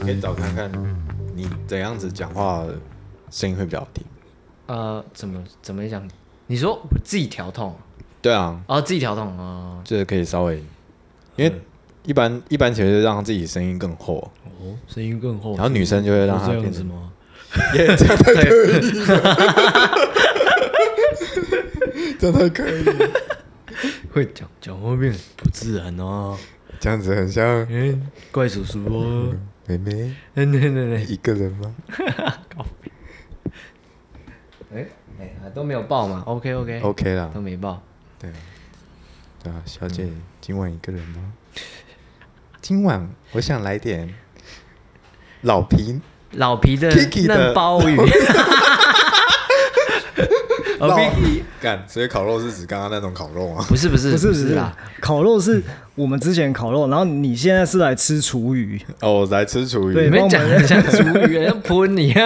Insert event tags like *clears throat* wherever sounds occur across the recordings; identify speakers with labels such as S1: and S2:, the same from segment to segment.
S1: 可以找看看你怎样子讲话声音会比较好听。
S2: 呃，怎么怎么讲？你说我自己调痛，
S1: 对啊，
S2: 哦，自己调痛啊、
S1: 这个可以稍微，因为一般一般其实让自己声音更厚，
S3: 哦，声音更厚，
S1: 然后女生就会让她
S3: 这样
S1: 变
S3: 子
S1: 成
S3: 吗？
S1: 也这样太可以了，这样太可以了，
S2: 会讲
S3: 讲话变得不自然哦，
S1: 这样子很像
S3: 嗯，怪叔叔哦，
S1: 妹妹
S3: 嗯，对对对，
S1: 一个人吗？
S2: 哎哎、都没有报嘛，OK OK
S1: OK 啦
S2: 都没报，
S1: 对啊，对啊，小姐，今晚一个人吗？今晚我想来点老皮
S2: 老皮的
S1: Kiki 的
S2: 嫩鲍鱼，老
S1: *laughs* 老
S2: 皮
S1: 干，所以烤肉是指刚刚那种烤肉吗？
S2: 哦
S1: *laughs*
S2: 不是不是
S4: 不是不
S2: 不
S4: 是
S2: 啦，，
S4: 烤肉是我们之前烤肉，然后你现在是来吃厨余，
S1: 哦，我来吃厨
S2: 你
S4: 对
S3: 哎
S1: 余，
S2: 们讲的像主语，要喷你 *laughs*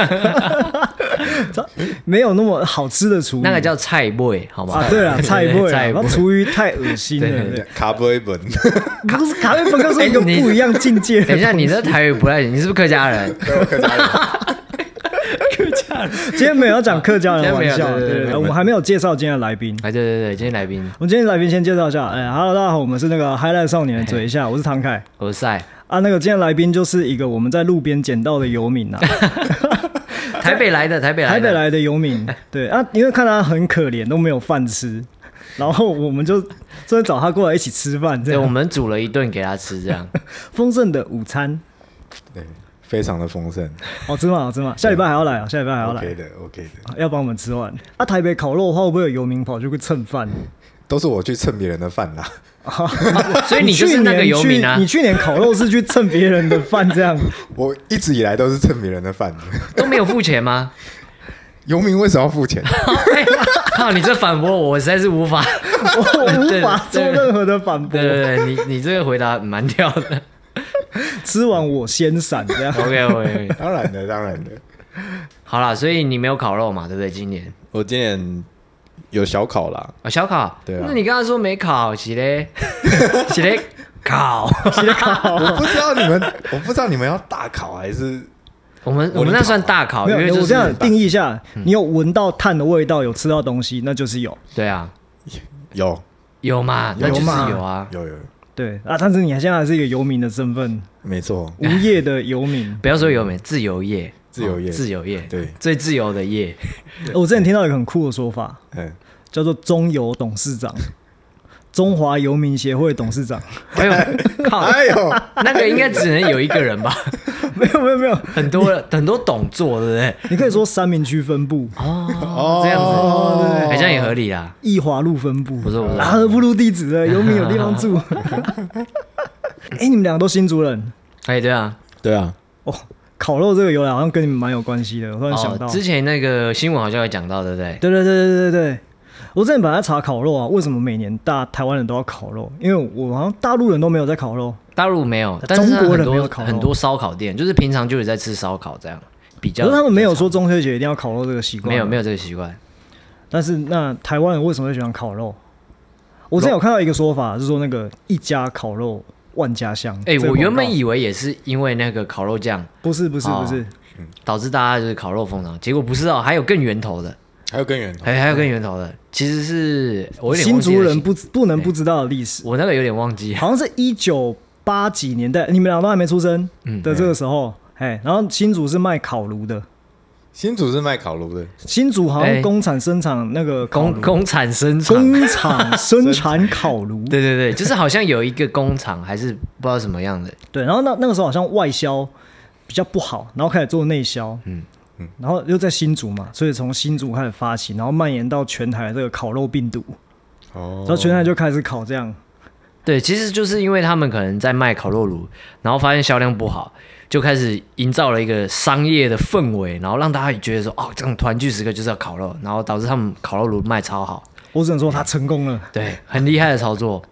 S2: 啊，
S4: 没有那么好吃的厨余。
S2: 那个叫菜味，好吗？
S4: 啊，对了，菜
S2: 对
S4: 味
S2: *laughs*
S4: 啊，
S2: 菜
S4: 那
S2: 味，
S4: 厨余太恶心
S2: 对
S4: 了
S2: 对。
S1: 卡布一本，
S4: 不是咖啡粉跟是一个
S2: 哎你
S4: 不一样境界的东
S2: *laughs* 等一
S4: 西。
S2: 哎下，你这台语不太行，你是不是客家人？ *laughs*
S1: 对我客家人
S4: 今天没有要讲客家人
S2: 今
S4: 玩
S2: 天
S4: 笑，
S2: 没有对对
S4: 对
S2: 对
S4: 对，我们还没有介绍今天的来宾。
S2: 哎，对对对，今天来宾，
S4: 我们今天来宾先介绍一下，哎，Hello，大家好，我们是那个 Highlight 少
S2: 哎
S4: 年嘴一下，我是唐凯
S2: 我是赛，
S4: 啊。那个今天来宾就是一个我们在路边捡到的游民
S2: *laughs*
S4: 啊，
S2: 台北来的，台北来
S4: 台
S2: 的，
S4: 北来的
S2: *laughs*
S4: 游民。对啊，因为看他很可怜，都没有饭吃，然后我们就真的找他过来一起吃饭，这
S2: 对，我
S4: 样
S2: 们煮了一顿给他吃，这样
S4: *laughs* 丰盛的午餐。
S1: 对，非常的丰盛
S4: 好吃吗？好吃吗？下礼拜还要来啊，下礼拜还要来
S1: ，OK，的，OK 的，
S4: 要帮我们吃完。啊，台北烤肉的话，会不会有游民跑去蹭饭？
S1: 都是我去蹭别人的饭啦。
S2: 所以你就是那个游民啊
S4: 你，去年去你去年烤肉是去蹭别人的饭，这样
S2: *laughs*
S1: 我一直以来都是蹭别人的饭的，
S2: 都没有付钱
S4: *laughs*
S2: 吗？
S1: 游民为什么要付钱？ *laughs*
S2: 哎靠，你这反驳我，我实在是无
S4: *laughs*
S2: 法。
S4: 我无法做
S2: 对对
S4: 任何的反
S2: 对。
S4: 驳
S2: 对对，你你这个回答蛮屌的。
S4: 吃完我先闪，这样
S2: OK OK，
S1: 当然的，当然的。
S2: 好啦，所以你没有烤肉嘛，对不对？今年
S1: 我今年有小考啦，
S2: 啊、哦小烤，
S1: 对啊
S2: 那你刚刚说没烤，是
S4: *laughs*
S2: 嘞，是嘞，烤。
S1: *laughs* 我不知道你们，我不知道你们要大考还是
S2: 我们我
S1: 我
S2: 们
S1: 领
S2: 那
S1: 烤
S2: 算大烤，
S4: 没
S2: 因为
S4: 有。
S2: 就
S4: 我这样
S2: 是嗯
S4: 定义一下，你有闻到碳的味道，有吃到东西，那就是有。
S2: 对啊，
S1: 有
S2: 有嘛，那就是
S4: 有嘛
S2: 有啊。。
S1: 有有，
S4: 对啊，但是你现在还是一个游民的身份，
S1: 没错，
S4: 无业的游民
S2: 不要说有没自由业，
S1: 自由业
S2: 哦自由业，
S1: 对
S2: 最自由的
S1: *laughs*
S2: 业。
S4: 我之前听到一个很酷的说法，
S1: 嗯，
S4: 叫做中游董事
S2: *laughs*
S4: 长，中华游民协会董事长。 *laughs*
S2: 哎呦，靠，
S1: 哎呦，
S2: 那个应该只能有一个人吧？ *laughs*
S4: 没有没有没有，
S2: 很多人很多董座，对不对？
S4: 你可以说三明区分部、
S2: 哦，这样子，好像也合理啦。
S4: 益华路分部，
S2: 不错不错
S4: 啊，不入
S2: *laughs*
S4: 地址了，游民有地方住。哎、你们两个都新族人
S2: 哎，对啊，
S1: 对啊，
S4: 哦，烤肉这个由来好像跟你们蛮有关系的，我突然想到。
S2: 哦之前那个新闻好像有讲到，对不对？
S4: 对对对对对对，我之前本来查烤肉啊，为什么每年大台湾人都要烤肉？因为我好像大陆人都没有在烤肉，
S2: 大陆没有，但是它
S4: 中国
S2: 很
S4: 人没有
S2: 多
S4: 烤肉
S2: 很多烧烤店，就是平常就有在吃烧烤这样，比
S4: 可
S2: 较
S4: 是他们没有说中秋节一定要烤肉这个习惯。啊
S2: 没有没有这个习惯。
S4: 但是那台湾人为什么会喜欢烤肉？我之前有看到一个说法，是说那个一家烤肉万家香。
S2: 哎，
S4: 这个
S2: 我原
S4: 广告
S2: 本以为也是因为那个烤肉酱
S4: 不是不是
S2: 哦
S4: 不是，
S2: 导致大家就是烤肉疯了，结果不是哦，还有更源头的，
S1: 还有哦更远的，
S2: 还还有更源头的，其实是我有点
S4: 新
S2: 忘记
S4: 族
S2: 了哎
S4: 人，不知不能不知道的历史，
S2: 我那个有点忘记。
S4: 好像是一九八几年代，你们俩都还没出生
S2: 嗯
S4: 的这个时候，哎，然后新竹是卖烤炉的，
S1: 新竹是卖烤炉的，
S4: 新竹好
S2: 哎
S4: 像工厂生产那个烤
S2: 工
S4: 炉
S2: 工厂生产，
S4: 工厂生产烤炉，
S2: 对对对，就是好像有一个工厂，还是不知道什么样的，
S4: 对，然后那那个时候好像外销比较不好，然后开始做内销，嗯嗯，然后又在新竹嘛，所以从新竹开始发起，然后蔓延到全台的这个烤肉病毒，
S1: 哦
S4: 然后全台就开始烤这样，
S2: 对，其实就是因为他们可能在卖烤肉炉，然后发现销量不好，就开始营造了一个商业的氛围，然后让大家觉得说，哦，这种团聚时刻就是要烤肉，然后导致他们烤肉炉卖超好，
S4: 我只能说他成功了。
S2: 对，很厉害的操作，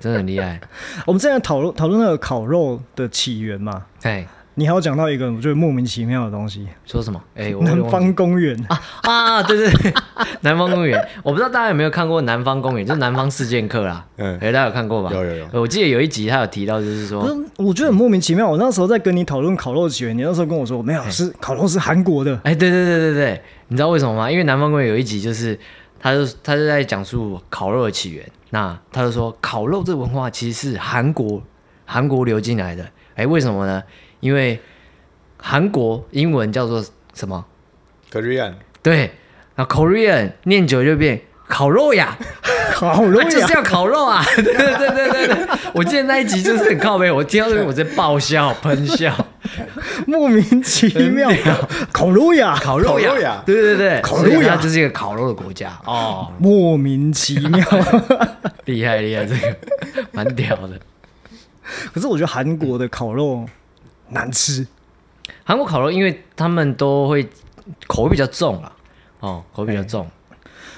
S2: 真的很厉害。 *laughs*
S4: 我们之前讨论讨论那个烤肉的起源嘛，
S2: 哎，
S4: 你还有讲到一个我觉得莫名其妙的东西，
S2: 说什么？哎、我
S4: 南
S2: 我忘记
S4: 方公园啊，
S2: *laughs* 啊，对对对，南方公园， *laughs* 我不知道大家有没有看过《南方公园》，就是南方四剑客啦。
S1: 嗯
S2: 嗯，哎，大家有看过吧？
S1: 有有有
S2: 我记得有一集他有提到，就是
S4: 不
S2: 说，
S4: 是我觉得很莫名其妙。我那时候在跟你讨论烤肉起源，你那时候跟我说没有，是烤肉是韩国的，
S2: 哎，对对对对对，你知道为什么吗？因为《南方公园》有一集就是，他就他就在讲述烤肉的起源。那他就说，烤肉这文化其实是韩国韩国流进来的。哎，为什么呢？因为韩国英文叫做什么？
S1: Korean
S2: 对，那 Korean 念久就变烤肉呀。
S4: 烤肉
S2: 啊 *laughs* 就
S4: 呀
S2: 是，要烤肉啊！对对对对对，我记得那一集就是很靠背，我听到这边我在爆笑喷笑，
S4: 莫名其妙，烤肉呀，
S2: *laughs* 烤
S1: 烤
S2: 肉呀，
S1: 肉呀
S2: 对对对，
S4: 烤肉呀
S2: 所以它就是一个烤肉的国家哦，
S4: 莫名其
S2: *laughs*
S4: 妙。
S2: 厉害厉害，这个蛮屌的。 *laughs*
S4: 可是我觉得韩国的烤肉难吃，
S2: 韩国烤肉，因为他们都会口味比较重啦，哦，口味比较重，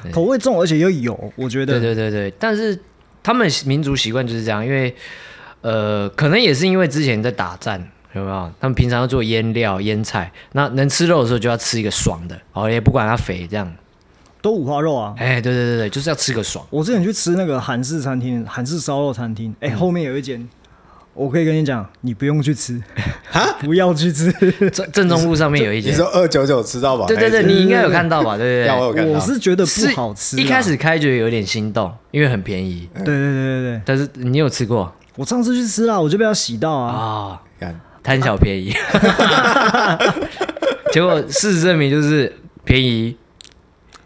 S2: 对
S4: 口味重而且又油，我觉
S2: 对
S4: 得
S2: 对对对，但是他们民族习惯就是这样，因为呃，可能也是因为之前在打仗，有没有？他们平常要做腌料、腌菜，那能吃肉的时候就要吃一个爽的，哦，也不管它肥这样。
S4: 都五花肉啊。
S2: 哎，对对对对，就是要吃个爽。 *laughs*
S4: 我之前去吃那个韩式餐厅，韩式烧肉餐厅，哎、
S2: 嗯
S4: 后面有一间，我可以跟你讲，你不用去吃，不要去吃。
S2: 正正中路上面有一
S1: 你
S2: 间，
S1: 说二九九吃到饱那
S2: 对
S1: 一间？
S2: 对对，你应该有看到吧？
S4: *laughs*
S2: 对
S1: 要我
S2: 对
S1: 有看到，
S4: 我是觉得
S2: 对，
S4: 哎不好吃啊、
S2: 一开始开觉得有点心动，因为很便宜，
S4: 对，对对对对，
S2: 但是你有吃过
S4: 我上次去吃啦，我就被他洗到 *laughs* 啊。
S2: 啊？
S1: 看
S2: 贪小便宜， *laughs* 结果事实证明就是便宜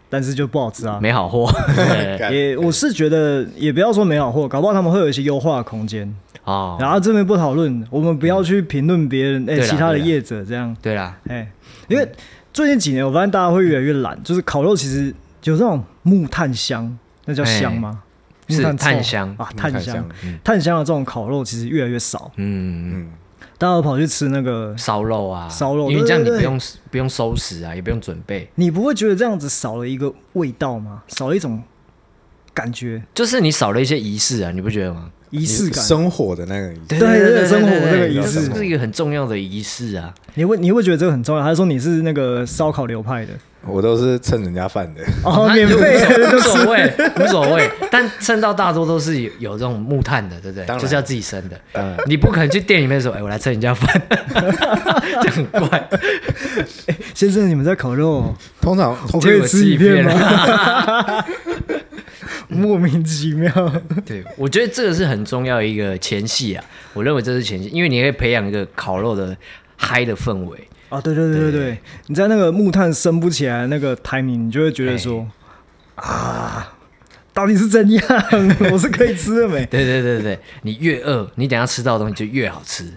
S4: 但是就不好吃啊。
S2: 没好货。对
S1: 看
S4: 也我是觉得，也不要说没好货，搞不好他们会有一些优化的空间。
S2: *laughs* 哦，
S4: 然后这边不讨论，我们不要去评论别人，
S2: 对
S4: 哎、
S2: 啦
S4: 其他的
S2: 对啦
S4: 业者这样，
S2: 对啦，
S4: 哎、因为最近几年我发现大家会越来越懒，就是烤肉其实有那种木炭香，那叫香吗？
S2: 哎
S4: 木
S2: 是
S4: 炭臭
S2: 炭香
S4: 啊，
S1: 木炭
S4: 炭香
S1: 香，
S4: 炭香的这种烤肉其实越来越少，
S2: 嗯，
S1: 嗯，
S4: 大家都跑去吃那个，
S2: 烧肉啊，
S4: 烧肉
S2: 因为这样你
S4: 对对
S2: 不
S4: 对
S2: 用不用收拾啊，也不用准备，
S4: 你不会觉得这样子少了一个味道吗？少了一种感觉
S2: 就是你少了一些仪式啊，你不觉得吗？
S4: 仪式感。
S1: 生火的那个仪式
S4: 对对对生活这个仪
S2: 这
S4: 式
S2: 是一个很重要的仪式啊。
S4: 你会你会觉得这个很重要，还是说你是那个烧烤流派的？
S1: 我都是蹭人家饭的。
S4: 哦，
S2: 那
S4: 免费的
S2: 啊无所谓，无所谓。但剩到大多都是有有这种木炭的，对不对
S1: 当？然嗯
S2: 就是要自己生的
S1: 当然。
S2: 你不可能去店里面说：“哎，我来蹭你家饭。” *laughs* 这很怪。
S4: *laughs* 先生，你们在烤肉，哦
S1: 通常
S4: 我
S1: 通
S4: 可以
S2: 我吃
S4: 吃
S2: 一
S4: 一片
S2: 片
S4: 吗？莫名其 *laughs* 妙，
S2: *laughs* 对，我觉得这个是很重要的一个前戏啊。我认为这是前戏，因为你可以培养一个烤肉的嗨的氛围。
S4: 啊，对对对对对，你在那个木炭升不起来的那个 timing，你就会觉得说啊，到底是 *laughs* 怎样？我是可以吃了没？
S2: 对对对对，你越饿，你等一下吃到的东西就越好吃。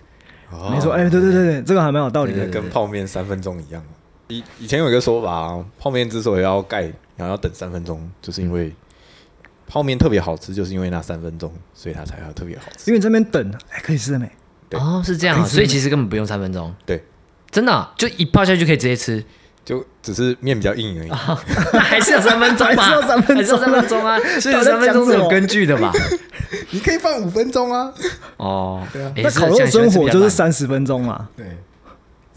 S1: 哦
S4: 你说，哎，对对对对，这个还蛮有道理的。
S1: 跟泡面三分钟一样。以以前有一个说法、啊，泡面之所以要盖，然后要等三分钟，就是因
S4: 嗯
S1: 为泡面特别好吃，就是因为那三分钟，所以它才要特别好吃。
S4: 因为你这边等，哎，可以吃了没？
S1: 对
S2: 哦，是这样啊，
S4: 可以吃
S2: 所以其实根本不用三分钟，
S1: 对，
S2: 真的啊就一泡下去就可以直接吃。
S1: 就只是面比较硬而已。
S4: 啊
S2: 那还是有三分钟吧，
S4: 还是有三分钟
S2: 还是有
S4: 啊
S2: 三分钟啊，所以三分钟是有根据的吧？
S1: 你可以放五分钟啊。
S2: 哦，诶
S4: 那
S2: 是
S4: 烤肉
S2: 这样
S4: 生活就是
S2: 喜欢
S4: 三十分钟嘛。
S1: 对，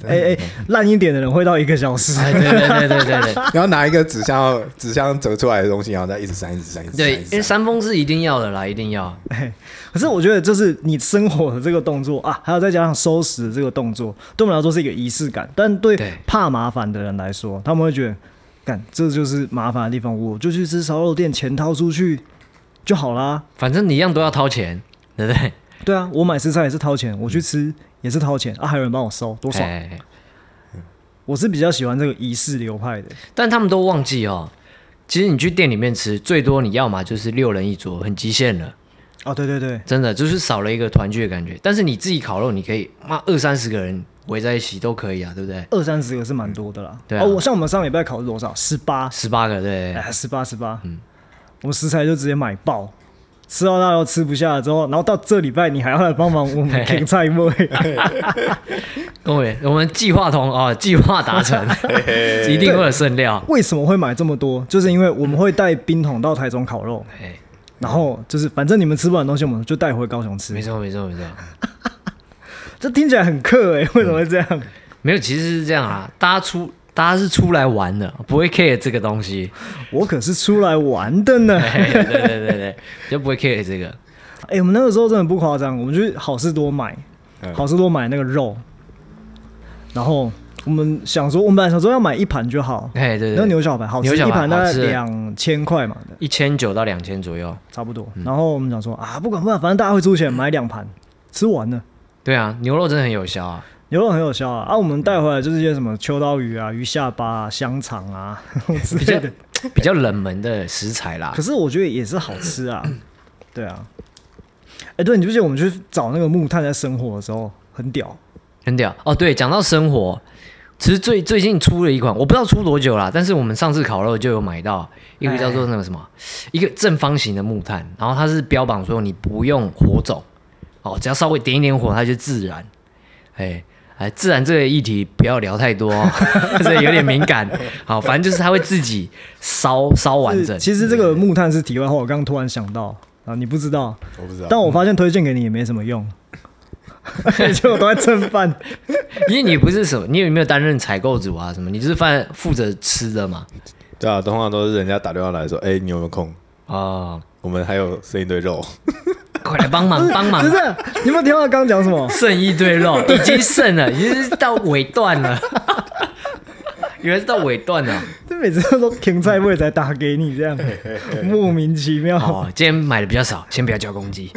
S4: 哎哎，烂一点的人会到一个小 *laughs* 时。
S2: 吃比较慢哎，对对对对对对。
S1: 然后拿一个纸箱，纸箱折出来的东西，然后再一直扇，一直扇，一直扇。
S2: 对，
S1: 一
S2: 因
S1: 直
S2: 为
S1: 扇
S2: 三峰是一定要的啦，一定要。
S4: 哎，可是我觉得就是你生火的这个动作啊，还有再加上收拾的这个动作，对我们来说是一个仪式感，但对
S2: 对
S4: 怕麻烦的人来说，他们会觉得，干这就是麻烦的地方，我就去吃烧肉店，钱掏出去就好啦。
S2: 反正你一样都要掏钱，对不对？
S4: 对啊，我买食材也是掏钱，我去吃也是掏钱啊，还有人帮我收，多爽！
S2: 哎
S4: 我是比较喜欢这个仪式流派的，
S2: 但他们都忘记哦。其实你去店里面吃，最多你要嘛就是六人一桌，很极限了，
S4: 哦，对对对，
S2: 真的就是少了一个团聚的感觉。但是你自己烤肉，你可以妈二三十个人围在一起都可以啊，对不对？
S4: 二三十个是蛮多的啦。
S2: 对啊
S4: 哦，我像我们上礼拜考是多少？十八，
S2: 十八个，对，
S4: 哎，十八十八，我们食材就直接买爆，吃到大家都吃不下了之后，然后到这礼拜你还要来帮忙我们
S2: 嘿
S4: 停菜妹，
S2: 各位，我们计划通啊，哦计划达成，一定会有剩料。
S4: *laughs* 为什么会买这么多？就是因为我们会带冰桶到台中烤肉，
S2: 哎，
S4: 然后就是反正你们吃不完的东西，我们就带回高雄吃
S2: 没，错，没错，没错。
S4: 这听起来很克哎、为什么会这样？
S2: 没有，其实是这样啊，大家出大家是出来玩的，不会 care 这个东西。
S4: *laughs* 我可是出来玩的呢。
S2: 对对对对对，就不会 care 这个。
S4: 哎、我们那个时候真的不夸张，我们去好事多买，好事多买那个肉，然后我们想说，我们本来想说要买一盘就好，
S2: 哎，对对
S4: 那个
S2: 对，
S4: 牛小排好吃，
S2: 牛小
S4: 一
S2: 排
S4: 盘大概
S2: 好吃
S4: 两千块嘛，
S2: 一千九到两千左右。
S4: 差不多。然后我们想说啊，不管不管，反正大家会出钱买
S2: *laughs*
S4: 两盘，吃完了。
S2: 对啊，牛肉真的很有效啊。
S4: 牛肉很有效啊！啊，我们带回来就是一些什么秋刀鱼啊、鱼下巴、啊、香肠啊 *laughs* 之类的。
S2: 比较啊冷门的食材啦
S4: 可。是我觉得也是好
S2: *laughs*
S4: 吃啊，对啊。哎、对，你不记得我们去找那个木炭在生火的时候很屌，
S2: 很屌哦。对，讲到生活，其实最最近出了一款，我不知道出多久啦，但是我们上次烤肉就有买到一
S4: 哎
S2: 个叫做那个什么，一个正方形的木炭，然后它是标榜说你不用火种，哦，只要稍微点一点火，它就自燃。哎哎，自然这个议题不要聊太多、哦， *laughs* 这有点敏感。好，反正就是它会自己烧烧完整
S4: 是。其实这个木炭是题外话，我刚刚突然想到啊，你不知道，
S1: 我不知道，
S4: 但我发现推荐给你也没什么用， *laughs* 结果都在蹭饭。
S2: 因为你不是什么，你有没有担任采购组啊？什么？你就是负负责吃的嘛。
S1: 对啊，通常都是人家打电话来说，哎、你有没有空？
S2: 哦，
S1: 我们还有剩一堆肉，
S2: 快来帮忙
S4: *laughs*
S2: 帮忙
S4: 不！是，你有没有听到刚刚讲什
S2: *laughs*
S4: 么？
S2: 剩一堆肉，
S4: *laughs*
S2: 已经剩了，已经是到尾段了。 *laughs* 原来是到尾段了。
S4: 这每次都说停菜位才打给你，这样莫名其妙。
S2: 哦，今天买的比较少，先不要叫公鸡。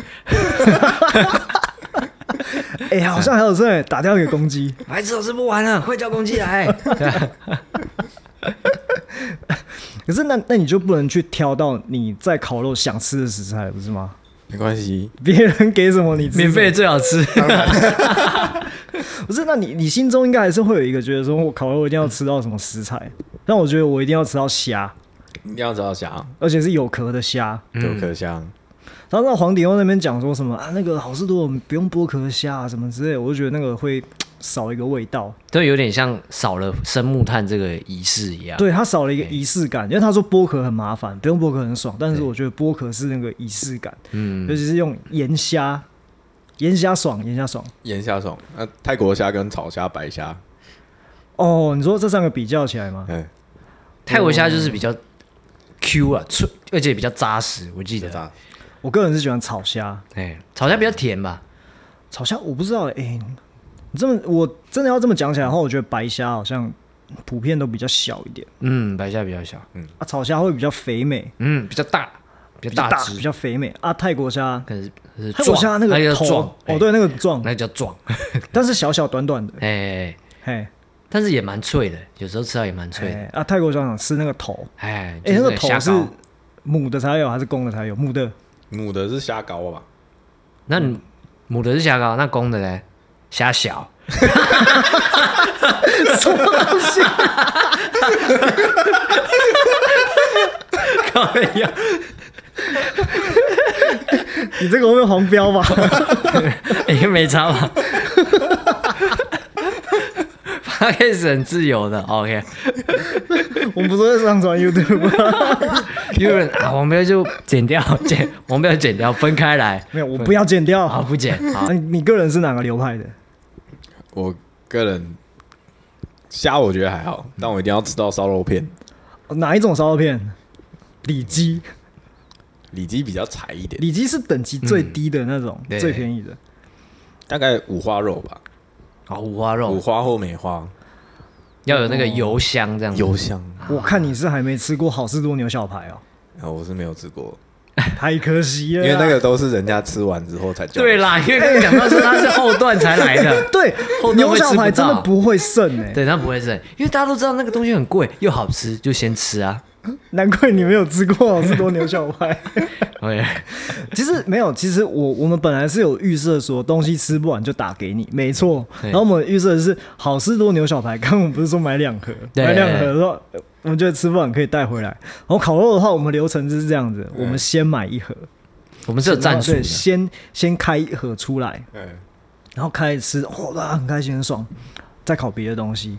S4: 哎、好像还有这打电话给公鸡，
S2: 白痴，我吃不完了，快叫公鸡
S4: *laughs*
S2: 来。
S4: 可是那那你就不能去挑到你在烤肉想吃的食材，不是吗？ *laughs*
S1: 没关系，
S4: 别人给什么你吃什么
S2: 免费的最好
S4: *laughs*
S2: 吃。
S4: 不是？那你你心中应该还是会有一个觉得说，我烤肉一定要吃到什么食材？但我觉得我一定要吃到虾，
S1: 一定要找到虾，
S4: 而且是有壳的虾。
S1: 有壳香，
S4: 然后那黄鼎欧那边讲说什么啊，那个好事多我们不用剥壳虾啊什么之类的，我就觉得那个会少一个味道，
S2: 都有点像少了生木炭这个仪式一样。
S4: 对它少了一个仪式感。因为他说剥壳很麻烦，不用剥壳很爽，但是我觉得剥壳是那个仪式感，
S2: 嗯，
S4: 尤其是用盐虾，盐虾爽，盐虾爽。
S1: 盐虾爽，那、泰国虾跟草虾、白虾，
S4: 哦，你说这三个比较起来吗？
S1: 嗯，
S2: 泰国虾就是比较 Q 啊，脆，而且比较扎实。我记
S1: 就这
S2: 得，
S4: 啊
S1: 样
S4: 我个人是喜欢炒虾，
S2: 哎，炒虾比较甜吧？
S4: 炒虾我不知道哎、你这么我真的要这么讲起来的话，我觉得白虾好像普遍都比较小一点
S2: 嗯，白虾比较小，
S4: 啊，炒虾会比较肥美，
S2: 嗯，比较大，比
S4: 比
S2: 较
S4: 较
S2: 大
S4: 大，
S2: 只
S4: 比，较肥美啊。泰国虾，
S2: 可是是
S4: 泰国虾
S2: 壮，
S4: 那个
S2: 叫
S4: 头
S2: 壮，
S4: 哦
S2: 哎
S4: 对，那个壮，
S2: 那叫壮，
S4: 但是小小短短的，
S2: 哎。
S4: 嘿，
S2: 但是也蛮脆的，有时候吃到也蛮脆的。
S4: 哎啊，泰国虾想吃那个头，
S2: 哎，就
S4: 哎、
S2: 是
S4: 那
S2: 那
S4: 个
S2: 个
S4: 头
S2: 虾
S4: 是
S2: 膏
S4: 母的才有还是公的才有？
S2: *laughs*
S4: 母的 *laughs*
S1: 母的是虾膏吧？
S2: 那你母的是虾膏，那公的嘞？虾小，
S4: 什么东西？
S2: 哎 *laughs*
S4: 你这个会不会黄标吧？ *laughs*
S2: 应该哎没差 *laughs* 吧？他可以是很自由的，OK。
S4: 我们不是在上传 YouTube
S2: *laughs*
S4: 吗？
S2: 因为啊，黄标就剪掉， *laughs* 剪黄标剪掉，分开来。啊
S4: 没有，我不要剪掉。
S2: 好，不剪。好
S4: 那，你你个人是哪个流派的？
S1: 我个人虾我觉得还好，但我一定要吃到烧肉片，
S4: 哪一种烧肉片？里脊，
S1: 里脊比较柴一点，
S4: 里脊是等级最低的那种，
S2: 嗯对
S4: 最便宜的。
S1: 大概五花肉吧，
S2: 好啊五花
S4: 哦
S1: 五
S2: 肉
S1: 花或梅花，
S2: 要有那个油香这样子。
S1: 油香，
S2: 啊
S4: 我看你是还没吃过好事多牛小排哦，
S1: 啊，我是没有吃过，
S4: 太可惜
S1: 因
S4: 了啦。
S1: 为那个都是人家吃完之后才叫。
S2: 啊对，啦，因为刚刚讲到说它是后段才来的，
S4: 对
S2: 后面
S4: 牛
S2: 会吃
S4: 小排
S2: 不
S4: 真的
S2: 到
S4: 不会剩哎、
S2: 对，它不会剩，因为大家都知道那个东西很贵又好吃，就先吃啊。
S4: 难怪你没有吃过好事多牛小排。
S2: OK，
S4: *laughs* 其实没有，其实我我们本来是有预设说东西吃不完就打给你，没错。
S2: 对
S4: 然后我们预设的是好事多牛小排，刚刚我们不是说买两盒，
S2: 对
S4: 买两盒的话，呃我们觉得吃不完可以带回来。然后烤肉的话，我们流程就是这样子，我们先买一盒，
S2: 我们是有战术
S4: 对，
S2: 的。
S4: 先先开一盒出来，
S1: 嗯，，
S4: 然后开始吃，哦，大家很开心很爽。再烤别的东西，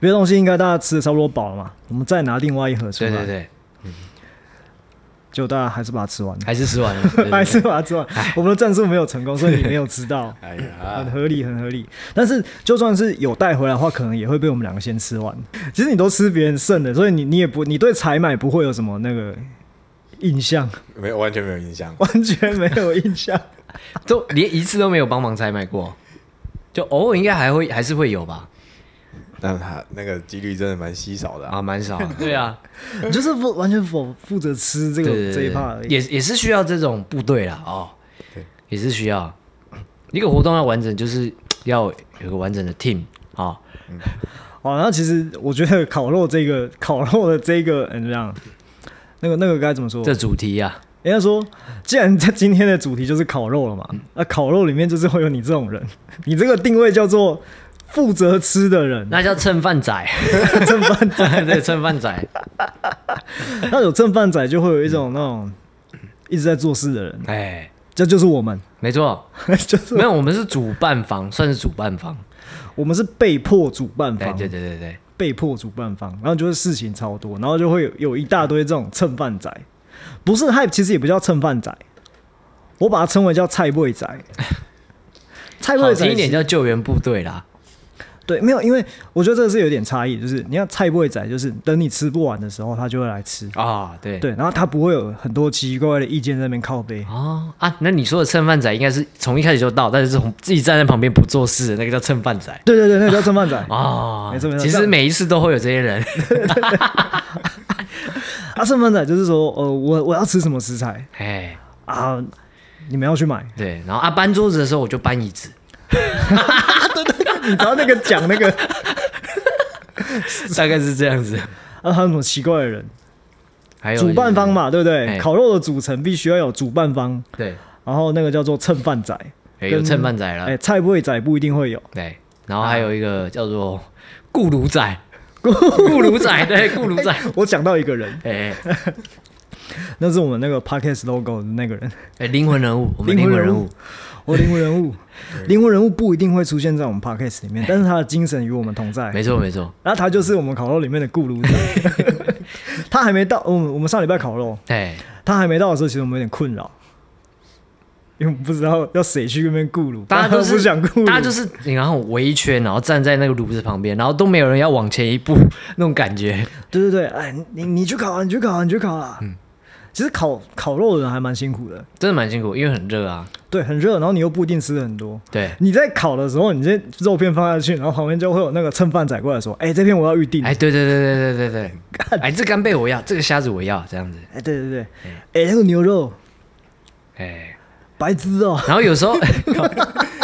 S4: 别的东西应该大家吃的差不多饱了嘛，我们再拿另外一盒出来。
S2: 对对对，
S4: 结果大家还是把它吃完了，
S2: 还是吃
S4: *laughs*
S2: 完了，对对对
S4: 还是把它吃完。
S2: 哎
S4: 我们的战术没有成功，所以你没有吃
S2: *laughs*
S4: 到
S1: 哎
S4: 很
S2: 啊
S1: 呀，
S4: 合理，很合理。但是就算是有带回来的话，可能也会被我们两个先吃完。其实你都吃别人剩的，所以你你也不你对采买不会有什么那个印象， *laughs*
S1: 没有完全没有印象。
S4: 完全没有印象。
S2: 都连一次都没有帮忙采买过，就偶尔应该还会还是会有吧，
S1: 但他那个几率真的蛮稀少的啊。
S2: 啊，蛮少
S4: *laughs*
S2: 的。对啊，
S4: 你就是负完全负负责吃这
S2: 对
S4: 个
S2: 对
S4: 这一
S2: 对
S4: part 而已。
S2: 也也是需要这种部队啦，哦
S1: 对，
S2: 也是需要一个活动要完整，就是要有个完整的 team 啊、哦，
S4: 哦，那其实我觉得烤肉这个烤肉的这个嗯，怎么样？那个那个该怎么说？
S2: 这主题啊，
S4: 人家说，既然这今天的主题就是烤肉了嘛，那、烤肉里面就是会有你这种人，你这个定位叫做负责吃的人。
S2: 那叫蹭饭
S4: *laughs*
S2: 仔，
S4: 正饭
S2: *laughs*
S4: 仔，
S2: 对，蹭饭仔， *laughs*
S4: 那有正饭仔就会有一种那种一直在做事的人，
S2: 哎，
S4: 这就是我们， *laughs*
S2: 没错，
S4: 就是
S2: 没有，我们是主办方，算是主办方，
S4: 我们是被迫主办
S2: 对
S4: 方，
S2: 对对对对，
S4: 被迫主办方，然后就是事情超多，然后就会有有一大堆这种蹭饭仔，不是 hype，其实也不叫蹭饭仔，我把它称为叫菜味
S2: *laughs*
S4: 仔，菜
S2: 好
S4: 味仔
S2: 听一点
S4: 其
S2: 叫救援部队啦，
S4: 对，没有，因为我觉得这个是有点差异，就是你看菜味仔，就是等你吃不完的时候，他就会来吃，
S2: 啊，对。
S4: 对，然后他不会有很多奇奇怪怪的意见在那边靠背，
S2: 哦啊，那你说的蹭饭仔应该是从一开始就到，但是从自己站在旁边不做事的那个叫蹭饭仔
S4: 对对对，那个叫蹭饭仔。
S2: 哦，
S4: 没错没错
S2: 其
S4: 这
S2: 实
S4: 样
S2: 每一次都会有这些
S4: *laughs*
S2: 人，
S4: 啊，剩饭仔就是说，呃，我我要吃什么食材
S2: 哎，
S4: 啊？你们要去买，
S2: 对，然后啊搬桌子的时候我就搬椅子， *laughs*
S4: 你知道那个讲那个，
S2: 大概是这样子。
S4: 啊，还有什么奇怪的人？
S2: 还有
S4: 主办方嘛，对不对？
S2: 哎
S4: 烤肉的组成必须要有主办方，
S2: 就是，
S4: 然后那个叫做蹭饭仔，
S2: 对，有
S4: 跟
S2: 蹭饭仔
S4: 哎、
S2: 了，
S4: 菜不会仔不一定会有。
S2: 对，然后还有一个叫做顾炉
S4: *laughs*
S2: 仔，顾炉仔，对，顾炉仔，
S4: 我讲到一个人，
S2: 哎
S4: 那是我们那个 podcast logo 的那个人，
S2: 哎，灵魂人物，我们灵魂人物，，
S4: 我灵魂人物，灵魂人物不一定会出现在我们 podcast 里面，但是他的精神与我们同在。
S2: 没错没错，
S4: 然后他就是我们烤肉里面的顾炉仔，
S2: *laughs*
S4: 他还没到，我们我们上礼拜烤肉，
S2: 哎，
S4: 他还没到的时候，其实我们有点困扰，因为我们不知道 *laughs* 要谁去那边顾炉，
S2: 大家都
S4: 都
S2: 是
S4: 不想顾炉，
S2: 大家就是然后围一圈，然后站在那个炉子旁边，然后都没有人要往前一步那种感觉， *laughs*
S4: 对对对，哎，你你去烤啊，你去烤啊，你去烤啊。嗯，其实烤烤肉的人还蛮辛苦的，
S2: 真的蛮辛苦，因为很热啊，
S4: 对，很热，然后你又不一定吃的很多。 *laughs*
S2: 对，
S4: 你在烤的时候，你这肉片放下去，然后旁边就会有那个蹭饭仔过来说：“哎，这片我要预定。”
S2: 哎，
S4: 哎，
S2: 对对对对对对对，
S4: *laughs*
S2: 哎，这干贝我要，这个虾子我要，这样子，
S4: 对对对，
S2: 嗯
S4: 哎，那个牛肉
S2: 哎。
S4: 白汁哦，
S2: 然后有时候， *laughs*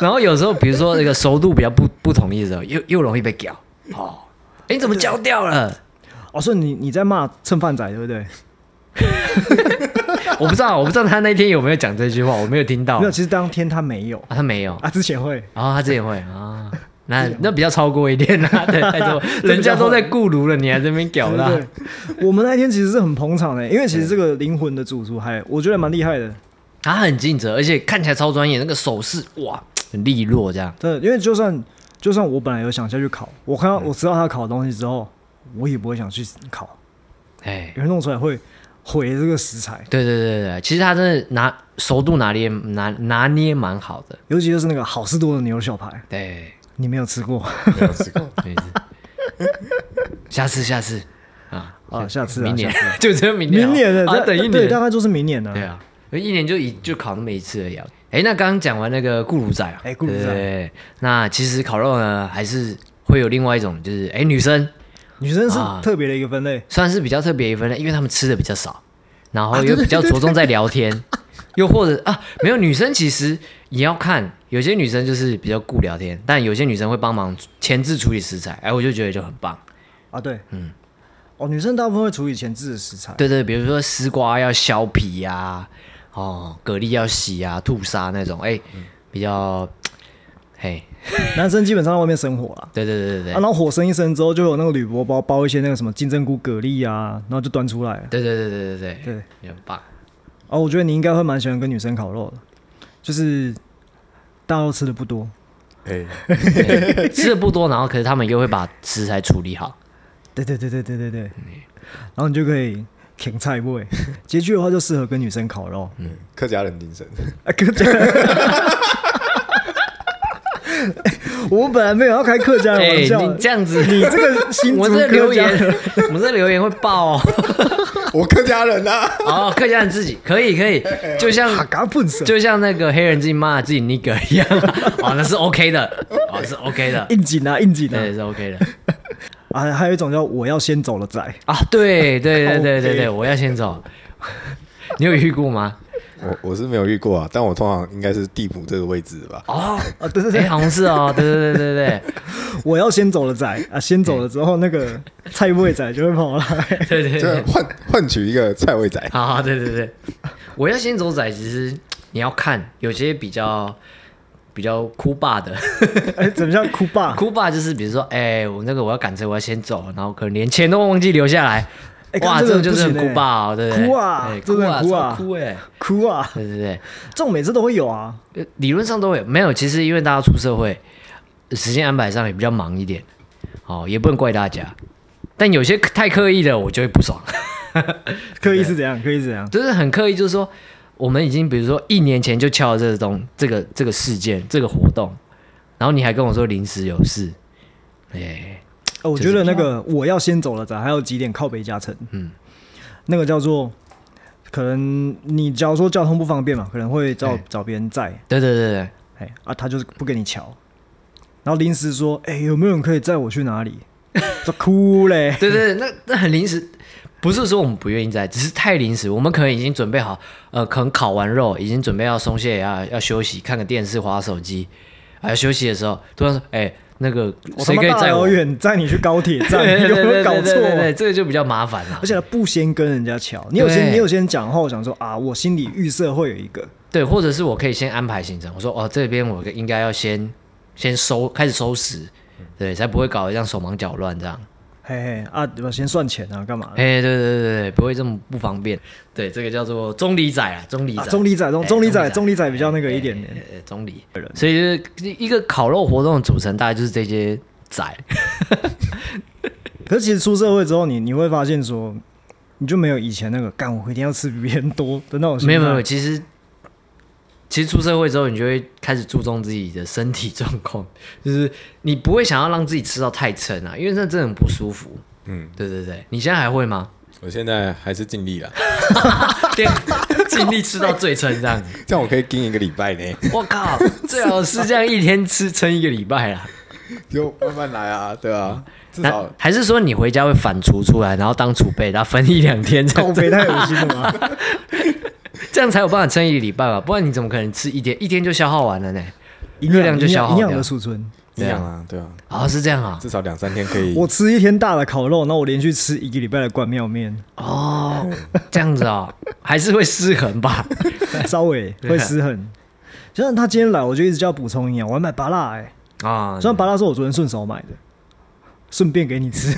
S2: 然后有时候，比如说那个熟度比较不不统一的时候，又又容易被搅。哦，哎，你怎么搅掉了？
S4: 哦，所以你你在骂蹭饭仔对不对？
S2: 我不知道，我不知道他那天有没有讲这句话，我没有听到。
S4: 没有，
S2: 啊，
S4: 其实当天他没有
S2: 他没有。
S4: 啊，之前会。
S2: 然后哦他自己会
S4: *laughs*
S2: 啊，那那比较超过一点啦。对，太多，人家都在顾炉了，你还在那边搅
S4: 对
S2: 啦。
S4: 对对， *laughs* 我们那天其实是很捧场的，因为其实这个灵魂的主厨还我觉得蛮厉害的，
S2: 他很尽责，而且看起来超专业，那个手势哇，很利落这样。
S4: 真的，因为就算就算我本来有想下去烤，我看
S2: 嗯
S4: 到我知道他烤的东西之后，我也不会想去烤，
S2: 哎，
S4: 因为弄出来会毁这个食材，
S2: 对对对对，其实他真的拿熟度拿捏拿拿捏蛮好的。
S4: 尤其就是那个好事多的牛小排，
S2: 对。
S4: 你没有吃过
S1: 没有吃
S2: *laughs*
S1: 过，
S4: *laughs*
S2: 没事，下次下次啊，
S4: 啊？下次啊，
S2: 明年
S4: 下次
S2: *laughs* 就只有明年啊，
S4: 明年的，
S2: 啊
S4: 这
S2: 等一
S4: 对，大
S2: 年，
S4: 概就是明年了。
S2: 对啊，一年就一就烤那么一次而已啊。哎，那刚刚讲完那个顾炉仔啊，
S4: 哎顾炉仔
S2: 对对对那其实烤肉呢，还是会有另外一种，就是哎，女生
S4: 女生是
S2: 啊
S4: 特别的一个分类，
S2: 算是比较特别一分类，因为她们吃的比较少，然
S4: 啊
S2: 后又比较着重在聊
S4: *laughs*
S2: 天，又或者啊，没有女生其实也要看，有些女生就是比较顾聊天，但有些女生会帮忙前置处理食材，哎，我就觉得就很棒。
S4: 啊，对，嗯，哦，女生大部分会处理前置的食材，
S2: 对对，比如说丝瓜要削皮呀、哦，蛤蜊要洗啊，吐沙那种，哎、比较，嘿，
S4: 男生基本上在外面生活啦。
S2: 对对对对对，
S4: 啊，然后火生一生之后，就有那个铝箔包包一些那个什么金针菇、蛤蜊啊，然后就端出来了。
S2: 对对对对对对，
S4: 对，
S2: 也很棒，
S4: 哦，我觉得你应该会蛮喜欢跟女生烤肉的，就是大肉吃的不多，
S1: 哎，
S2: 对吃的不多，然后可是他们又会把食材处理好，嗯
S4: 对对对对对对对，然后你就可以甜菜
S2: *laughs*
S4: 味。拮据的话就适合跟女生烤肉。
S2: 嗯
S1: 嗯客家人精神， *laughs*
S4: 啊，客家。 *laughs* 我们本来没有要开客家的
S2: 哎、
S4: 玩笑，
S2: 你这样子，
S4: 你这个新
S2: 我
S4: 竹
S2: 们这
S4: 客
S2: 留
S4: 家
S2: 言，我们这留言会爆哦。
S1: 我客家人啊，
S2: 哦，客家人自己可以可以，就像
S4: 哎哈嘎啊笨手，
S2: 就像那个黑人自己骂自己 nigger 一样，哦，那是 OK 的，哦是 OK
S4: *laughs*
S2: 的，
S4: 应景啊应景啊
S2: 对是 OK 的
S4: 啊！还有一种叫我要先走了仔，
S2: 啊，对对对对对
S1: OK
S2: 对，我要先走。 *laughs* 你有遇过吗？
S1: 我我是没有遇过啊，但我通常应该是地补这个位置吧。
S2: 哦，
S4: 啊，对对
S2: 哎、
S4: 对，
S2: 好像是哦，对对对对对
S4: 我要先走了仔啊，先走了之后，那个菜味仔就会跑来， *laughs*
S2: 对对
S1: 就
S2: 对对，
S1: 换换取一个菜味仔，
S2: 好好对对对，我要先走仔，其实你要看有些比较比较哭霸的，
S4: 哎，怎么叫哭
S2: *laughs*
S4: 爸？
S2: 哭霸就是比如说，哎、我那个我要赶车，我要先走，然后可能连钱都忘记留下来。
S4: 哎
S2: 哇，
S4: 看这
S2: 这
S4: 个
S2: 种就是很
S4: 不行欸
S2: 哭霸哦，对不对？
S4: 哭啊
S2: 哎
S4: 真的很
S2: 哭
S4: 哭
S2: 啊，
S4: 啊
S2: 超哭哎、
S4: 哭啊！
S2: 对对对，
S4: 这种每次都会有啊，
S2: 呃理论上都会有没有，其实因为大家出社会，时间安排上也比较忙一点，哦，也不能怪大家。但有些太刻意的，我就会不爽， *laughs*
S4: 刻意是怎样？刻意是怎样？
S2: 就是很刻意，就是说我们已经比如说一年前就敲了这个东这个这个事件这个活动，然后你还跟我说临时有事，哎、
S4: 哦，我
S2: 就是
S4: 觉得那个我要先走了仔，还有几点靠北加成，
S2: 嗯
S4: 嗯，那个叫做。可能你假如说交通不方便嘛，可能会找
S2: 哎
S4: 找别人载，
S2: 对对对对，
S4: 哎啊，他就是不跟你瞧，然后临时说，哎、有没有人可以载我去哪 *laughs* 里？说哭嘞，
S2: 对对，对那那很临时，不是说我们不愿意在，只是太临时。我们可能已经准备好，呃，可能烤完肉，已经准备要松懈，要要休息，看个电视，划手机，啊，休息的时候突然说，哎、那个
S4: 我他
S2: 谁
S4: 妈
S2: 可以
S4: 大
S2: 载
S4: 老
S2: 我？ *laughs* 对
S4: 远载你去高 *laughs* 铁站，
S2: 对
S4: 你有
S2: 对
S4: 没有
S2: 对
S4: 搞
S2: 对
S4: 错？
S2: 对对，这个就比较麻烦了、
S4: 而且他不先跟人家瞧，你有
S2: 对
S4: 先你有先讲后想说啊，我心里预设会有一个，
S2: 对，或者是我可以先安排行程，我说哦，这边我应该要先先收，开始收拾，对，才不会搞得像手忙脚乱这样。
S4: 嘿嘿啊，对吧？先算钱啊，干嘛的？
S2: 哎、对对对对，不会这么不方便。对，这个叫做中里仔啊，中里仔、
S4: 啊，中立仔中
S2: 哎
S4: 中立仔
S2: 中
S4: 中
S2: 立
S4: 立
S2: 仔
S4: 仔比较那个一点点，
S2: 呃，中里，所以就是一个烤肉活动的组成，大概就是这些仔。
S4: 可是其实出社会之后，你你会发现说，你就没有以前那个干我一定要吃比别人多的那种心
S2: 没有没
S4: 态
S2: 有，其实其实出社会之后，你就会开始注重自己的身体状况， *laughs* 就是你不会想要让自己吃到太撑啊，因为那真的很不舒服。
S1: 嗯，
S2: 对对对，你现在还会吗？
S1: 我现在还是尽力了，
S2: 对，尽力吃到最撑这
S1: *laughs*
S2: 样子。
S1: 这样我可以盯一个礼拜 *laughs* 呢，
S2: 我靠，最好是这样一天吃撑一个礼拜啦。
S1: 就慢慢来啊，对啊，至
S2: 那
S1: 少
S2: 还是说你回家会反刍出来，然后当储备，然后分一两天这样
S4: 靠北太恶心了嘛。
S2: *laughs* 这样才有办法撑一个礼拜吧，不然你怎么可能吃一天？一天就消耗完了呢？ *laughs* 热量就
S4: 营
S2: 消
S4: 养
S2: 耗
S4: 营
S2: 掉
S4: 养的。储存。
S1: 一样啊，对啊，
S2: 哦，是这样啊。
S1: 至少两三天可以。
S4: 我吃一天大的烤肉，那我连续吃一个礼拜的关庙
S2: *laughs*
S4: 面，
S2: 哦，这样子
S4: *laughs*
S2: 哦，还是会失衡吧？
S4: 稍微会失衡。就像他今天来，我就一直叫他补充营养，我还买芭辣哎、
S2: 啊、
S4: 虽然芭辣是我昨天顺手买的，顺便给
S2: *laughs*
S4: 你吃，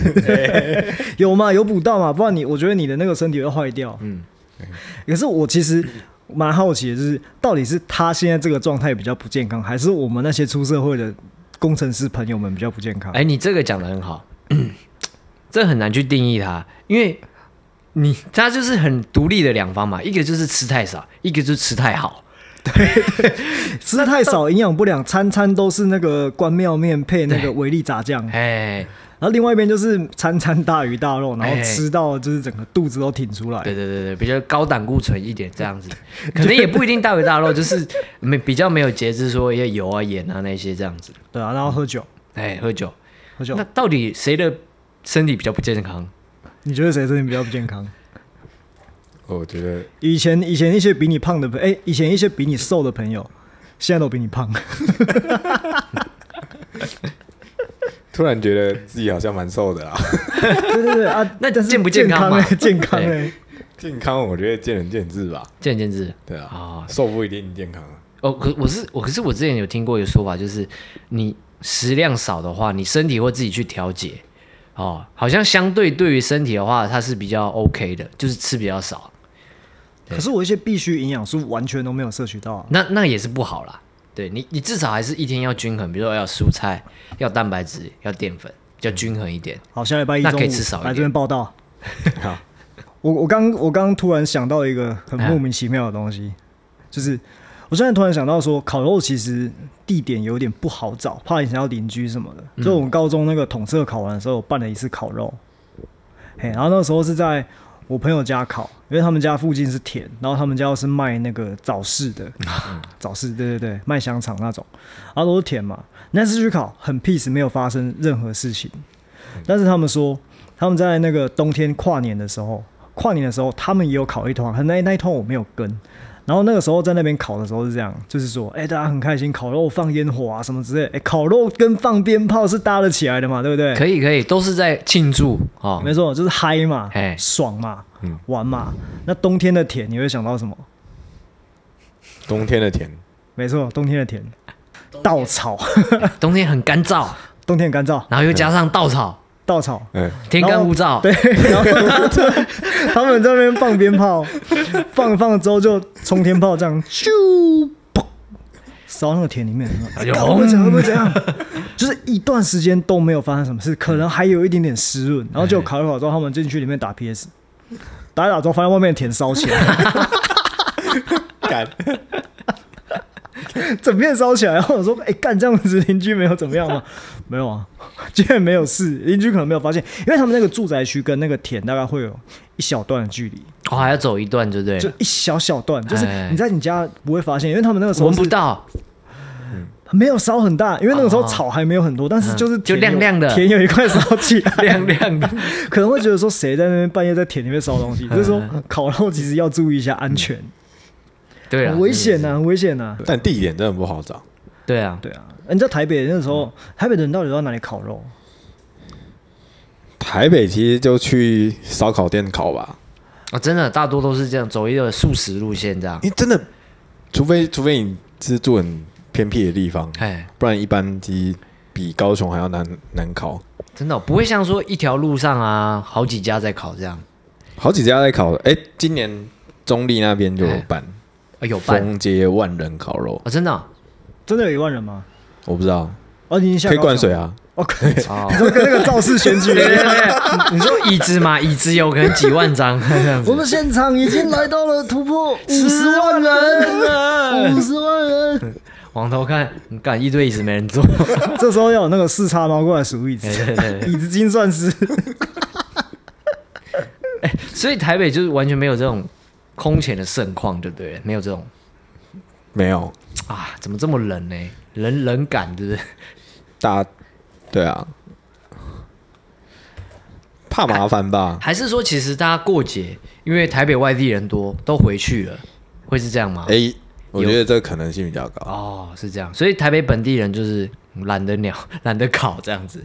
S4: 有吗？有补到吗？不然你，我觉得你的那个身体会坏掉。
S2: 嗯
S4: 嗯，可是我其实蛮好奇的，就是到底是他现在这个状态比较不健康，还是我们那些出社会的工程师朋友们比较不健康？
S2: 哎，你这个讲的很好， *clears throat* 这很难去定义它，因为你它就是很独立的两方嘛，一个就是吃太少，一个就是吃太好。
S4: 吃太少，营养不良，餐餐都是那个关庙面配那个维力炸酱，然
S2: 哎，
S4: 后另外一边就是餐餐大鱼大肉，然
S2: 哎
S4: 后吃到就是整个肚子都挺出来。
S2: 对对对对，比较高胆固醇一点这样子，
S4: *laughs*
S2: 可能也不一定大鱼大肉，就是没比较没有节制，说一些油啊、盐啊那些这样子。
S4: 对啊，然后喝酒，
S2: 哎，喝酒，
S4: 喝酒
S2: 那，到底谁的身体比较不健康？
S4: 你觉得谁身体比较不健康？
S1: 我觉得
S4: 以前以前一些比你胖的朋，哎、以前一些比你瘦的朋友，现在都比你胖。 *laughs*
S1: 突然觉得自己好像蛮瘦的啦，啊
S4: 对对对啊，
S2: 那
S4: 但是
S2: 健不健
S4: 健
S2: 康
S4: 康
S2: 嘛 *laughs*
S4: 欸健康哎，
S1: 健康我觉得见仁见智吧，
S2: 见仁见智
S1: 对啊，
S2: 啊。
S1: 瘦不一定健康啊，
S2: 哦，可我是我，可是我之前有听过一个说法，就是你食量少的话，你身体会自己去调节。哦，好像相对对于身体的话，它是比较 OK 的，就是吃比较少，
S4: 可是我一些必需营养素完全都没有摄取到啊。
S2: 那那也是不好啦。对你，你至少还是一天要均衡，比如说要蔬菜、要蛋白质、要淀粉，比较均衡一点。
S4: 好，下礼拜一
S2: 那
S4: 中
S2: *laughs*
S4: 午
S2: 可以吃少一点
S4: 来这边报道。
S1: 好，
S4: 我我刚我刚突然想到一个很
S2: 哎
S4: 莫名其妙的东西，就是我现在突然想到说，烤肉其实地点有点不好找，怕影响到邻居什么
S2: 嗯
S4: 的。所以我们高中那个统测考完的时候，我办了一次烤肉，嘿，然后那时候是在我朋友家烤，因为他们家附近是田，然后他们家又是卖那个早市的，早市对对对，卖香肠那种，然后都是田嘛。那次去烤很 peace，没有发生任何事情，
S2: 嗯
S4: 但是他们说。他们在那个冬天跨年的时候，跨年的时候他们也有烤一团，可那那一团我没有跟。然后那个时候在那边烤的时候是这样，就是说，哎、大家很开心，烤肉放烟火啊什么之类的。哎、烤肉跟放鞭炮是搭得起来的嘛，对不对？
S2: 可以可以，都是在庆祝哦。
S4: 没错，就是嗨嘛
S2: 嘿，
S4: 爽嘛
S1: 嗯，
S4: 玩嘛。那冬天的田你会想到什么？
S1: 冬天的田，
S4: 没错，冬天的田，稻草， *laughs*
S2: 冬天很干燥，
S4: 冬天很干燥，
S2: 然后又加上稻草，
S4: 稻草。
S1: 嗯，
S2: 天干物燥，
S4: 对， *laughs* 然后他们在那边放鞭
S2: *laughs*
S4: 炮，放一放之后就冲天炮这样咻，砰扫到那个田里面，
S2: *laughs* 哎
S4: 哎
S2: 呦
S4: 呦，会不会怎样？会不会
S2: *laughs*
S4: 怎样？就是一段时间都没有发生什么事，可能还有一点点湿润，
S2: 哎
S4: 然后就烤一烤之后，他们进去里面打 PS，打一打之后发现外面的田烧起
S2: *laughs*
S4: 来，
S1: 干，
S4: 整片烧起来，然后我说，哎、干这样子邻居没有怎么样吗？没有啊，居然没有事，邻居可能没有发现，因为他们那个住宅区跟那个田大概会有一小段的距离，
S2: 我还要走一段，对不对了？
S4: 就一小小段，就是
S2: 哎
S4: 你在你家不会发现，因为他们那个时候
S2: 闻不 *laughs*
S4: 是
S2: 到，
S4: 没有烧很大，因为那个时候
S2: 哦
S4: 草还没有很多，但是就是
S2: 嗯就
S4: 田
S2: 亮
S4: 有
S2: 亮的
S4: 田有一块烧起来，
S2: *laughs* 亮亮的。
S4: 可能会觉得说谁在那边半夜在田里面烧东
S2: 嗯
S4: 西，就是说烤肉其实要注意一下安全，
S2: *laughs* 对啊
S4: 很，危险呐，很危险呐。
S1: 但地点真的不好找，
S2: 对嗯啊，
S4: 对啊，你在台北那时候，台北人到底都在哪里烤肉？
S1: 台北其实就去烧烤店烤吧，
S2: 啊，真的大多都是这样，走一个素食路线这样。
S1: 因为真的，除非除非你是住很偏僻的地方，
S2: 哎，
S1: 不然一般其实比高雄还要难难烤。
S2: 真的哦、不会像说一条路上啊，好几家在烤这样。
S1: 好几家在烤，哎、今年中立那边就有办
S2: 啊，有办
S1: 风街万人烤肉，
S2: 啊，真的哦
S4: 真的有一万人吗？
S1: 我不知道，
S4: 哦，你已经下
S1: 可以
S4: 高雄
S1: 灌水啊，
S4: 哦，可以
S2: 哦。
S4: 你说跟那个造势选
S2: *laughs*
S4: 举一
S2: 对 *laughs* 对
S4: 样。
S2: *laughs* 对，你说椅子嘛，椅子有可能几万张 *laughs* 这样
S4: 我
S2: 子。
S4: 们现场已经来到了突
S2: *laughs*
S4: 破五十万人，五十万人。
S2: 往头看，你干一堆椅子没人坐。 *laughs*
S4: *laughs* 这时候要有那个四叉猫过来数椅子
S2: 对， *laughs* 对对对，
S4: 椅子精算师。
S2: 所以台北就是完全没有这种空前的盛况，对不对？没有这种
S1: 没有
S2: 啊，怎么这么冷呢？冷冷感，对不对？
S1: 大，对啊，怕麻烦吧？
S2: 还是说，其实大家过节，因为台北外地人多，都回去了，会是这样吗？
S1: *laughs* 哎、我觉得这个可能性比较高，
S2: 哦，是这样，所以台北本地人就是懒得鸟， *laughs* 懒得烤这样子。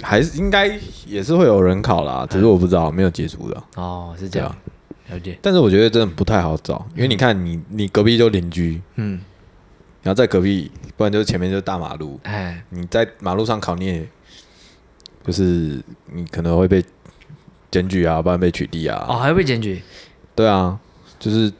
S1: 还是应该也是会有人烤啦，只是我不知道，没有接触到。
S2: 哦，是这样，了解。
S1: 但是我觉得真的不太好找，因为你看你你隔壁就邻居，
S2: 嗯，
S1: 然后在隔壁，不然就是前面就是大马路，
S2: 哎，
S1: 你在马路上烤你也，就是你可能会被检举啊，不然被取缔啊。
S2: 哦，还会被检举
S1: 对啊，就是，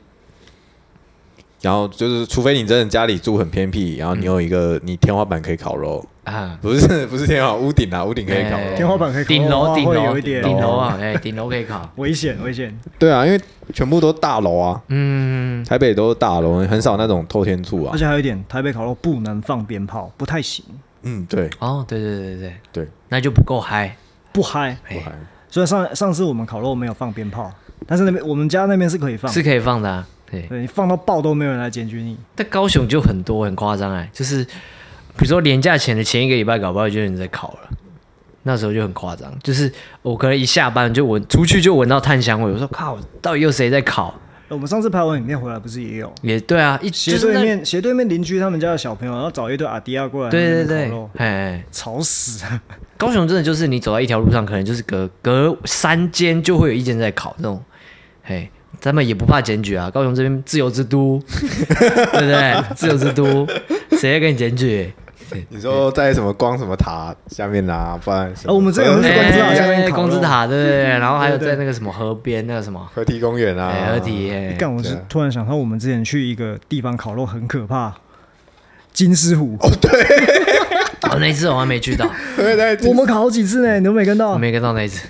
S1: 然后就是，除非你真的家里住很偏僻，然后
S4: 嗯
S1: 你有一个、你天花板可以烤肉，
S2: 啊？
S1: 不是 *laughs* 不是天花板，屋顶啊，屋顶可以烤
S2: 哎
S1: 肉。
S4: 天花板可以烤
S2: 顶
S4: 的
S2: 楼，
S4: 话
S2: 顶
S4: 会
S2: 楼，
S4: 有一点
S2: 顶楼啊，哎，顶楼可以 *laughs* 烤。
S4: *laughs* 危险，危险！
S1: 对啊，因为全部都是大楼啊，
S2: 嗯，
S1: 台北都是大楼，很少那种透天处啊
S4: 而。且还有一点，台北烤肉不能放鞭炮，不太行，
S1: 嗯，对
S2: 哦，对对对对，
S1: 对，
S2: 那就不够嗨。
S4: 不嗨。
S1: 我
S2: 哎，
S1: 还
S4: 所以上上次我们烤肉没有放鞭炮，但是那边我们家那边是可以放，
S2: 是可以放的啊。对，
S4: 对你放到爆都没有人来检举你。
S2: 但高雄就很多很夸张哎，就是比如说年假前的前一个礼拜，搞不好就有人在烤了。那时候就很夸张，就是我可能一下班就闻出去就闻到炭香味，我说靠，到底有谁在烤？
S4: 我们上次拍完影片回来，不是也有
S2: 也对啊，一
S4: 斜
S2: 就是
S4: 对
S2: 那
S4: 面、斜对面邻居他们家的小朋友，然后找一堆阿迪亚过来
S2: 对对
S4: 那边
S2: 对
S4: 烤肉，，
S2: 哎哎，
S4: 吵死了！
S2: 高雄真的就是你走在一条路上，可能就是隔隔三间就会有一间在烤这种，嘿，他们也不怕检举啊。高雄这边自由之都， *laughs* 对不对？自由之都，谁在跟你检举？
S1: 你说在什么光什么塔下面啊，不然什么
S4: 哦我们 *laughs* 这个不是啊光之塔
S2: 哎
S4: 下面烤肉
S2: 光之塔，对不对？然后还有
S4: 嗯对对
S2: 在那个什么河边那个什么
S1: 河堤公园
S2: 哎
S1: 啊，
S2: 河堤，哎
S4: *laughs* 干，我
S1: 对
S4: 是
S1: 啊
S4: 突然想到，我们之前去一个地方烤肉很可怕，金狮虎，
S2: 哦，那一次我还没去
S4: *laughs*
S2: 到，
S1: 对对
S4: 我们烤好几次呢，你都没跟到
S2: 我，没跟到那一次。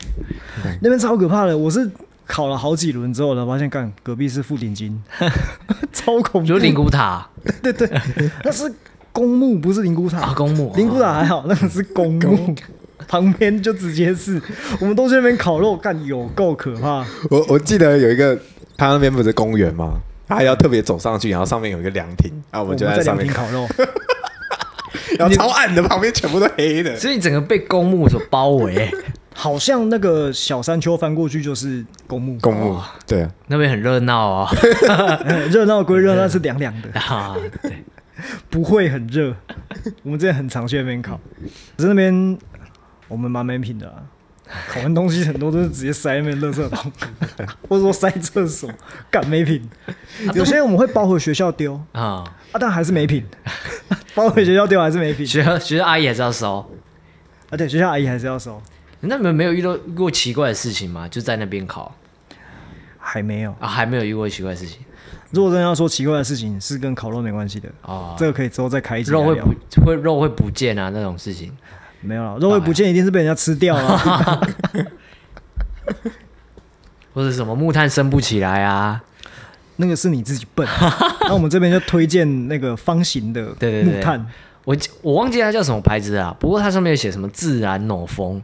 S4: 那边超可怕的。我是烤了好几轮之后呢，发现干隔壁是富鼎金， *laughs* 超恐怖
S2: 就。
S4: *laughs*
S2: 灵骨塔
S4: 那是公墓，不是灵骨
S2: 啊，
S4: 塔。
S2: 公墓，
S4: 灵骨塔还好，那个是公墓，旁边就直接是。我们都去那边烤肉，干有够可怕。
S1: *laughs* 我我记得有一个，他那边不是公园吗？他还要特别走上去，然后上面有一个凉亭，啊，我
S4: 我
S1: 们
S4: 们
S1: 就
S4: 在
S1: 上
S4: 凉
S1: 面
S4: 亭
S1: 看，
S4: 烤肉，
S1: *laughs* 然后超暗的，旁边全部都黑的。
S2: 所以你整个被公墓所包围，
S4: 好像那个小山丘翻过去就是公墓，
S1: *laughs*
S4: 哦
S1: 公墓，对啊，
S2: 那边很热闹哦。 *laughs*
S4: 哎热闹
S1: *laughs*
S4: 归热闹，但是凉凉的。
S2: 啊，对，
S4: 不会
S2: *laughs*
S4: 很热。我们之前很常去那边烤，可是那边我们蛮没品的、啊，烤完东西很多都是直接塞那边垃圾
S2: *laughs*
S4: 桶，或者说塞厕所，干没品。有些我们会包回学校丢啊，
S2: 啊，
S4: 但还是没
S2: *laughs*
S4: 品，包回学校丢还是没品，
S2: 学校学校阿姨还是要收。
S4: 而且学校阿姨还是要收，
S2: 那你们没有遇到过奇怪的事情吗？就在那边考
S4: 还没有。
S2: 啊，还没有遇过奇怪的事情
S4: 如果真的要说奇怪的事情，是跟烤肉没关系的。
S2: 哦。
S4: 这个可以之后再开一集来
S2: 肉会
S4: 聊。
S2: 不会肉会不见啊那种事情，
S4: 没有了，肉会不见一定是被人家吃掉了。
S2: 或者什么木炭升不起来啊？
S4: 那个是你自己笨。 *laughs* 那我们这边就推荐那个方形的
S2: 对对对
S4: 木炭，
S2: 我我忘记它叫什么牌子啊，不过它上面有写什么自然脑风，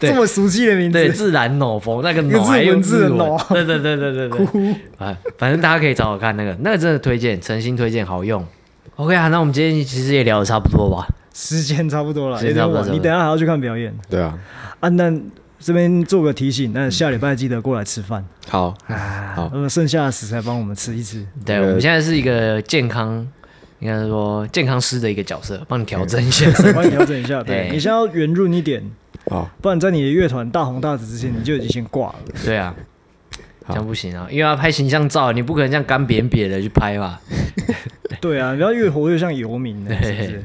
S2: 对
S4: 这么熟悉的名
S2: 对，
S4: 字，
S2: 自然脑风那个
S4: 一个
S2: 脑
S4: 日
S2: 还有
S4: 文字的
S2: 日文
S4: 脑
S2: 对对对对对对，
S4: 哭
S2: 啊，反正大家可以找我看那个，那个真的推荐，诚心推荐，好用。OK 啊，那我们今天其实也聊的差不多吧。
S4: 时间差不多了，
S2: 时
S4: 有
S2: 间差
S4: 点
S2: 不多
S4: 晚。你等一下还要去看表演
S1: 对啊，
S4: 啊？那这边做个提醒，
S2: 嗯
S4: 那下礼拜记得过来吃饭
S1: 好，
S4: 啊
S1: 好。
S4: 那么剩下的食材帮我们吃
S2: *laughs*
S4: 一吃。
S2: 对，
S1: 呃
S2: 我们现在是一个健康，应该是说健康师的一个角色，帮你调整一下。
S4: 帮你调整一下，对
S2: 哎
S4: 你先要圆润一点，
S1: 好，
S4: 不然在你的乐团大红大紫之前，你就已经先挂了。
S2: *laughs* 对啊，
S1: 好
S2: 这样不行啊，因为要拍形象照，你不可能这样干扁扁的去拍吧？
S4: 对啊，不要越活越像游民呢，是不是？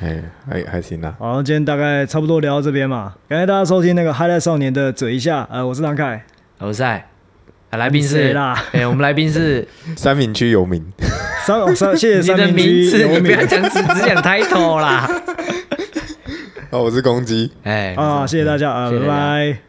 S1: 哎，还还行啦，
S4: 好，今天大概差不多聊到这边嘛，感谢大家收听那个《嗨 i 少年》的嘴一下，呃，我是唐凯，
S2: 老赛，啊来宾
S4: 谁
S2: 是， *laughs*
S4: 啦？
S2: 哎，我们来宾是
S1: 三明区游民，
S4: 三哦三，谢谢
S2: 你
S4: 三
S2: 的
S4: 明
S2: 名
S4: 居
S2: 字，
S4: 游
S2: 你不
S4: 民
S2: 要讲只只讲 title 啦。
S1: 哦，我是公鸡。
S2: 哎，
S4: 啊，谢谢大家啊，
S2: 谢
S4: 拜
S2: 谢大家
S4: 拜。